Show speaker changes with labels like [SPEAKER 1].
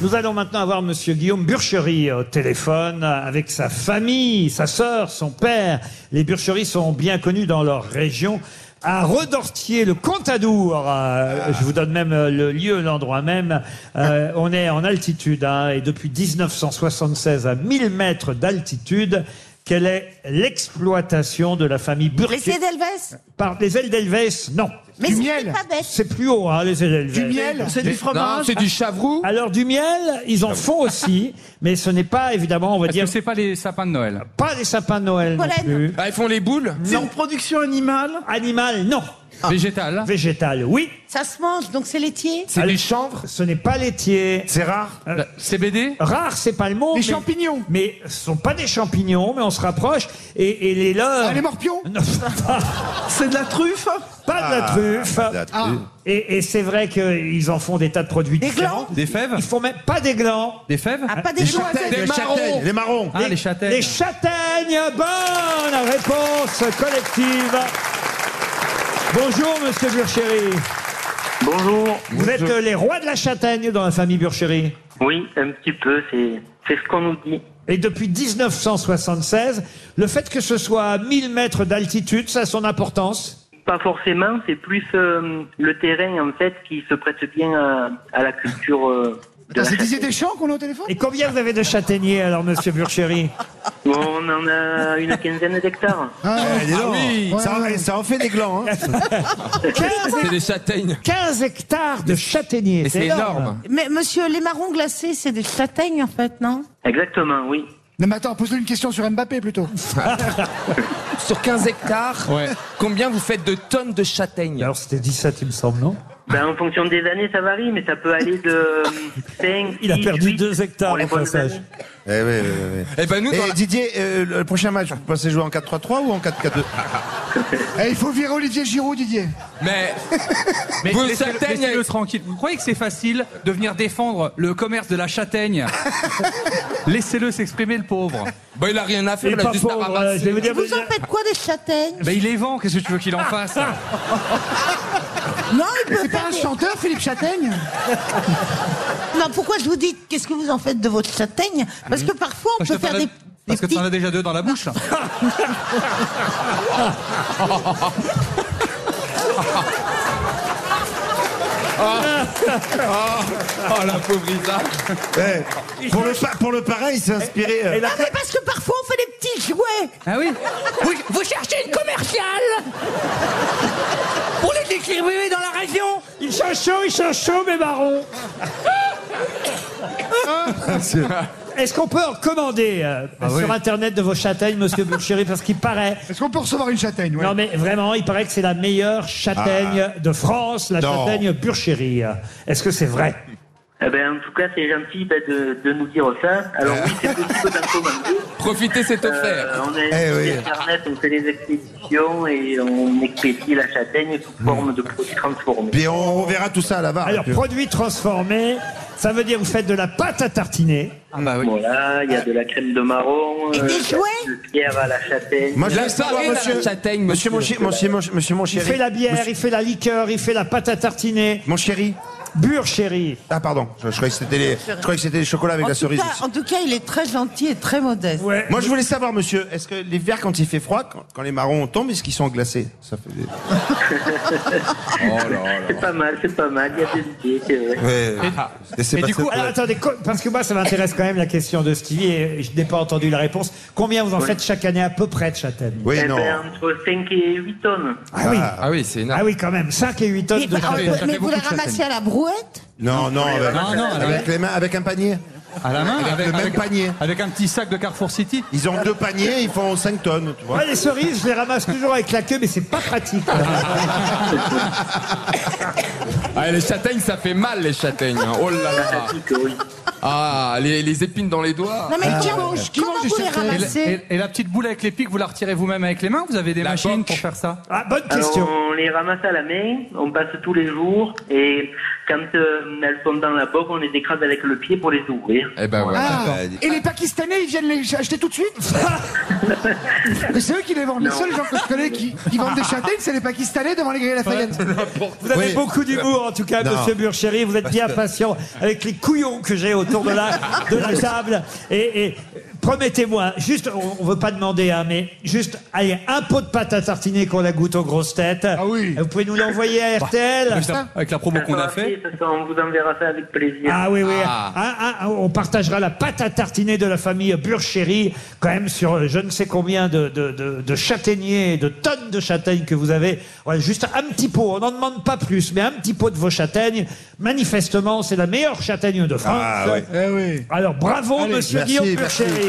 [SPEAKER 1] Nous allons maintenant avoir Monsieur Guillaume Burcherie au téléphone euh, avec sa famille, sa sœur, son père. Les Burcheries sont bien connus dans leur région. À Redortier, le Contadour, euh, je vous donne même euh, le lieu, l'endroit même. Euh, on est en altitude hein, et depuis 1976 à 1000 mètres d'altitude, quelle est l'exploitation de la famille
[SPEAKER 2] Les
[SPEAKER 1] Burcherie
[SPEAKER 2] d'Elvès
[SPEAKER 1] Par les ailes d'Elvès Non.
[SPEAKER 2] Mais
[SPEAKER 3] Du
[SPEAKER 2] c'était
[SPEAKER 3] miel.
[SPEAKER 2] pas bête.
[SPEAKER 1] C'est plus haut, hein, les ailes d'Elvès.
[SPEAKER 3] Euh, Du miel
[SPEAKER 4] C'est du
[SPEAKER 5] Non,
[SPEAKER 4] fromage. Ah,
[SPEAKER 5] c'est du chavroux.
[SPEAKER 1] Alors du miel, ils en font aussi, mais ce n'est pas évidemment, on va
[SPEAKER 5] Est-ce que
[SPEAKER 1] dire,
[SPEAKER 5] c'est pas les sapins de Noël
[SPEAKER 1] pas des sapins de Noël non
[SPEAKER 2] Pollen.
[SPEAKER 1] plus.
[SPEAKER 6] Ah,
[SPEAKER 5] Bah, ils font les boules
[SPEAKER 3] C'est une production animale
[SPEAKER 1] Animal, non.
[SPEAKER 5] Ah. végétales.
[SPEAKER 1] Végétal, oui.
[SPEAKER 2] Ça se mange, donc c'est laitier.
[SPEAKER 5] C'est
[SPEAKER 1] Allez.
[SPEAKER 5] du chanvre.
[SPEAKER 1] Ce n'est pas laitier.
[SPEAKER 3] C'est rare.
[SPEAKER 5] La- CBD.
[SPEAKER 4] Ah.
[SPEAKER 1] Rare, c'est pas le mot.
[SPEAKER 3] Les
[SPEAKER 1] mais-
[SPEAKER 3] champignons
[SPEAKER 1] Mais ce sont pas des champignons, mais on se rapproche. Et, et les leurs.
[SPEAKER 3] Ah, Les morpions
[SPEAKER 1] Non,
[SPEAKER 3] C'est de la truffe
[SPEAKER 1] pas de la truffe.
[SPEAKER 3] Ah.
[SPEAKER 1] Et, et c'est vrai qu'ils en font des tas de produits
[SPEAKER 2] Des
[SPEAKER 1] différents.
[SPEAKER 2] glands
[SPEAKER 5] Des fèves.
[SPEAKER 1] Ils font même pas des glands.
[SPEAKER 5] Des fèves.
[SPEAKER 2] Ah, pas des gens.
[SPEAKER 5] Des marrons.
[SPEAKER 3] Les marrons
[SPEAKER 5] Ah, les châtaignes.
[SPEAKER 1] Les châtaignes, bonne réponse collective. Bonjour, monsieur Burchéry.
[SPEAKER 7] Bonjour.
[SPEAKER 1] Vous êtes euh, les rois de la châtaigne dans la famille Burchéry.
[SPEAKER 7] Oui, un petit peu, c'est c'est ce qu'on nous dit.
[SPEAKER 1] Et depuis 1976, le fait que ce soit à 1000 mètres d'altitude, ça a son importance.
[SPEAKER 7] Pas forcément, c'est plus euh, le terrain en fait qui se prête bien à, à la culture. euh, de
[SPEAKER 3] Attends, C'est
[SPEAKER 7] la chasse.
[SPEAKER 3] Didier Deschamps qu'on a au téléphone
[SPEAKER 1] Et combien vous avez de châtaigniers alors, monsieur Burchéry
[SPEAKER 7] On en a une quinzaine d'hectares.
[SPEAKER 5] Ah oui.
[SPEAKER 3] Ça en-
[SPEAKER 8] Eh, ça en fait des glands. hein.
[SPEAKER 1] 15,
[SPEAKER 5] C'est des châtaignes.
[SPEAKER 1] 15 hectares de châtaigniers.
[SPEAKER 5] Et c'est énorme.
[SPEAKER 2] Mais monsieur, les marrons glacés, c'est des châtaignes en fait, non
[SPEAKER 7] Exactement, oui.
[SPEAKER 3] Non mais attends, pose-lui une question sur Mbappé plutôt.
[SPEAKER 6] Sur 15 hectares,
[SPEAKER 5] Ouais.
[SPEAKER 6] combien vous faites de tonnes de châtaignes
[SPEAKER 1] Alors, c'était 17, il me semble, non
[SPEAKER 7] Ben, en fonction des années, ça varie, mais ça peut aller de euh, 5,
[SPEAKER 1] Il a
[SPEAKER 7] 6,
[SPEAKER 1] perdu
[SPEAKER 7] 8,
[SPEAKER 1] deux hectares
[SPEAKER 7] pour les
[SPEAKER 1] au
[SPEAKER 7] bonnes
[SPEAKER 1] passage.
[SPEAKER 7] années.
[SPEAKER 8] Eh oui, oui, oui.
[SPEAKER 5] Eh ben nous, dans
[SPEAKER 8] Et
[SPEAKER 5] la-
[SPEAKER 8] Didier, euh, le prochain match, vous pensez jouer en 4-3-3 ou en 4-4-2
[SPEAKER 3] Eh, il faut virer Olivier Giroud, Didier.
[SPEAKER 5] mais,
[SPEAKER 4] Mais
[SPEAKER 5] vos
[SPEAKER 4] laissez-le-
[SPEAKER 5] châtaignes-
[SPEAKER 4] laissez-le tranquille. Vous croyez que c'est facile de venir défendre le commerce de la châtaigne Laissez-le s'exprimer, le pauvre.
[SPEAKER 5] bah, il a rien à faire,
[SPEAKER 1] Et
[SPEAKER 5] il a
[SPEAKER 1] pas
[SPEAKER 5] juste à
[SPEAKER 1] pauvre, euh, je vais
[SPEAKER 5] ramasser. Bah,
[SPEAKER 1] vous dire,
[SPEAKER 2] Vous en faites quoi des châtaignes
[SPEAKER 4] Mais il les vend, qu'est-ce que tu veux qu'il en fasse
[SPEAKER 2] Non, il peut
[SPEAKER 3] C'est pas
[SPEAKER 2] faire
[SPEAKER 3] un
[SPEAKER 2] des-
[SPEAKER 3] chanteur, Philippe Châtaigne
[SPEAKER 2] Non, pourquoi je vous dis qu'est-ce que vous en faites de votre châtaigne Parce que parfois on
[SPEAKER 4] Parce que
[SPEAKER 2] peut faire
[SPEAKER 4] t'en as-
[SPEAKER 2] des, des
[SPEAKER 4] Parce que
[SPEAKER 2] petits.
[SPEAKER 4] t'en as déjà deux dans la bouche.
[SPEAKER 5] Oh la pauvre Isa.
[SPEAKER 8] Eh, pour, le pa- pour le pareil, il s'est inspiré. euh,
[SPEAKER 1] Et la-
[SPEAKER 2] Ah, mais parce que parfois on fait des petits jouets.
[SPEAKER 4] Ah oui
[SPEAKER 6] vous, vous cherchez une commerciale Pour les distribuer dans la région
[SPEAKER 1] Il change chaud, il change chaud, mes marrons. Est-ce qu'on peut en commander euh, sur Internet de vos châtaignes, monsieur Burchéry Parce qu'il paraît.
[SPEAKER 3] Est-ce qu'on peut recevoir une châtaigne ouais.
[SPEAKER 1] Non, mais vraiment, il paraît que c'est la meilleure châtaigne de France, la
[SPEAKER 8] Non.
[SPEAKER 1] châtaigne Burchéry. Est-ce que c'est vrai
[SPEAKER 7] Eh ben, en tout cas, c'est gentil ben, de, de nous dire ça. Alors oui, c'est possible d'en commander.
[SPEAKER 5] Profitez c'est
[SPEAKER 7] Euh,
[SPEAKER 5] offert.
[SPEAKER 7] on a
[SPEAKER 8] Eh oui.
[SPEAKER 7] internet, on fait des expéditions et on expédie la châtaigne sous forme de produits transformés.
[SPEAKER 8] Puis on, on verra tout ça à la barre.
[SPEAKER 1] Alors, produit transformé, ça veut dire que vous faites de la pâte à tartiner.
[SPEAKER 8] Ah, bah
[SPEAKER 7] Voilà, il y a de la crème de marron,
[SPEAKER 2] Et
[SPEAKER 7] euh,
[SPEAKER 2] des
[SPEAKER 7] il y a
[SPEAKER 2] jouets
[SPEAKER 7] de pierre à la châtaigne.
[SPEAKER 8] Moi, je
[SPEAKER 5] La
[SPEAKER 8] veux savoir,
[SPEAKER 5] farine à la
[SPEAKER 8] monsieur,
[SPEAKER 5] châtaigne,
[SPEAKER 8] monsieur, mon
[SPEAKER 5] monsieur.
[SPEAKER 8] chéri, monsieur, mon, monsieur, mon
[SPEAKER 1] Il
[SPEAKER 8] chéri.
[SPEAKER 1] fait la bière, il fait la liqueur, il fait la pâte à tartiner.
[SPEAKER 8] Mon chéri.
[SPEAKER 1] Burchéry.
[SPEAKER 8] Ah, pardon. Je, je croyais que c'était les, je croyais que c'était les chocolats avec
[SPEAKER 2] En
[SPEAKER 8] la
[SPEAKER 2] tout,
[SPEAKER 8] cerise.
[SPEAKER 2] cas, en tout cas, il est très gentil et très modeste.
[SPEAKER 1] Ouais.
[SPEAKER 8] Moi, je voulais savoir, monsieur, est-ce que les verres, quand il fait froid, quand, quand les marrons tombent, est-ce qu'ils sont glacés Ça fait des- Oh
[SPEAKER 7] C'est pas mal, c'est pas mal, il y a des idées, c'est vrai.
[SPEAKER 8] Ouais. Et, c'est
[SPEAKER 4] et
[SPEAKER 8] pas
[SPEAKER 4] du
[SPEAKER 8] ça-
[SPEAKER 4] coup,
[SPEAKER 1] Alors attendez, co- parce que moi ça m'intéresse quand même la question de Stevie et je n'ai pas entendu la réponse. Combien vous en faites chaque année à peu près de châtaignes
[SPEAKER 8] Oui,
[SPEAKER 7] Eh
[SPEAKER 8] non.
[SPEAKER 7] ben, entre 5 et 8 tonnes.
[SPEAKER 1] Ah oui,
[SPEAKER 5] Ah oui, c'est énorme.
[SPEAKER 1] ah oui quand même, 5 et 8 tonnes
[SPEAKER 2] Mais,
[SPEAKER 1] de
[SPEAKER 2] par-
[SPEAKER 1] châtaignes.
[SPEAKER 2] mais
[SPEAKER 5] ça fait
[SPEAKER 2] vous
[SPEAKER 5] beaucoup
[SPEAKER 2] la
[SPEAKER 5] de châtaignes.
[SPEAKER 2] ramassez à la brouette
[SPEAKER 8] Non, non, avec,
[SPEAKER 4] Non, non,
[SPEAKER 8] avec
[SPEAKER 4] avec-
[SPEAKER 8] les mains, avec un panier.
[SPEAKER 4] À la main,
[SPEAKER 8] Avec le même panier.
[SPEAKER 4] Avec un petit sac de Carrefour City.
[SPEAKER 8] Ils ont deux paniers, ils font 5 tonnes, tu vois.
[SPEAKER 1] Ouais, les cerises, je les ramasse toujours avec la queue, mais c'est pas pratique.
[SPEAKER 5] Ah, les châtaignes, ça fait mal, les châtaignes. hein. Oh là là.
[SPEAKER 7] Pratique, oui.
[SPEAKER 5] Ah, les, les épines dans les doigts.
[SPEAKER 2] Non mais
[SPEAKER 3] qui
[SPEAKER 2] comment-
[SPEAKER 3] mange- qui
[SPEAKER 2] comment
[SPEAKER 3] mange des
[SPEAKER 2] vous les
[SPEAKER 3] châtaignes
[SPEAKER 4] Et, la-
[SPEAKER 2] ramassez
[SPEAKER 4] et- et la petite boule avec les pics, vous la retirez vous-même avec les mains Vous avez des
[SPEAKER 5] La
[SPEAKER 4] machines
[SPEAKER 5] banque.
[SPEAKER 4] pour faire ça
[SPEAKER 1] Ah, bonne
[SPEAKER 7] Alors,
[SPEAKER 1] question.
[SPEAKER 7] on les ramasse à la main, on passe tous les jours et quand euh, mais elles sont dans la bogue, on les écrase avec le pied pour les ouvrir.
[SPEAKER 5] Eh ben voilà.
[SPEAKER 3] Ah, et les Pakistanais, ils viennent les acheter tout de suite Mais c'est eux qui les vendent. Les seuls gens que je connais qui, qui vendent des châtaignes, c'est les Pakistanais devant les grilles Lafayette.
[SPEAKER 1] Vous avez
[SPEAKER 9] Oui.
[SPEAKER 1] beaucoup d'humour, en tout cas, monsieur Burchéry. Vous êtes bien patient avec les couillons que j'ai autour de la, de la table. Et, et promettez-moi, juste, on ne veut pas demander, hein, mais juste, allez, un pot de pâte à tartiner qu'on la goûte aux grosses têtes.
[SPEAKER 3] Ah oui.
[SPEAKER 1] Vous pouvez nous l'envoyer à RTL
[SPEAKER 4] Avec la, avec la promo qu'on a fait.
[SPEAKER 7] Ça sera- On vous enverra ça avec plaisir.
[SPEAKER 1] Ah oui, oui.
[SPEAKER 5] Ah.
[SPEAKER 1] Ah, ah, on partagera la pâte à tartiner de la famille Burchéry, quand même, sur euh, je ne sais combien de, de, de, de châtaigniers, de tonnes de châtaignes que vous avez. Ouais, juste un petit pot, on n'en demande pas plus, mais un petit pot de vos châtaignes. Manifestement, c'est la meilleure châtaigne de France.
[SPEAKER 9] Ah, ouais.
[SPEAKER 3] Eh oui.
[SPEAKER 1] Alors bravo,
[SPEAKER 3] Allez,
[SPEAKER 1] monsieur
[SPEAKER 9] merci,
[SPEAKER 1] Guillaume
[SPEAKER 9] merci.
[SPEAKER 1] Burchéry.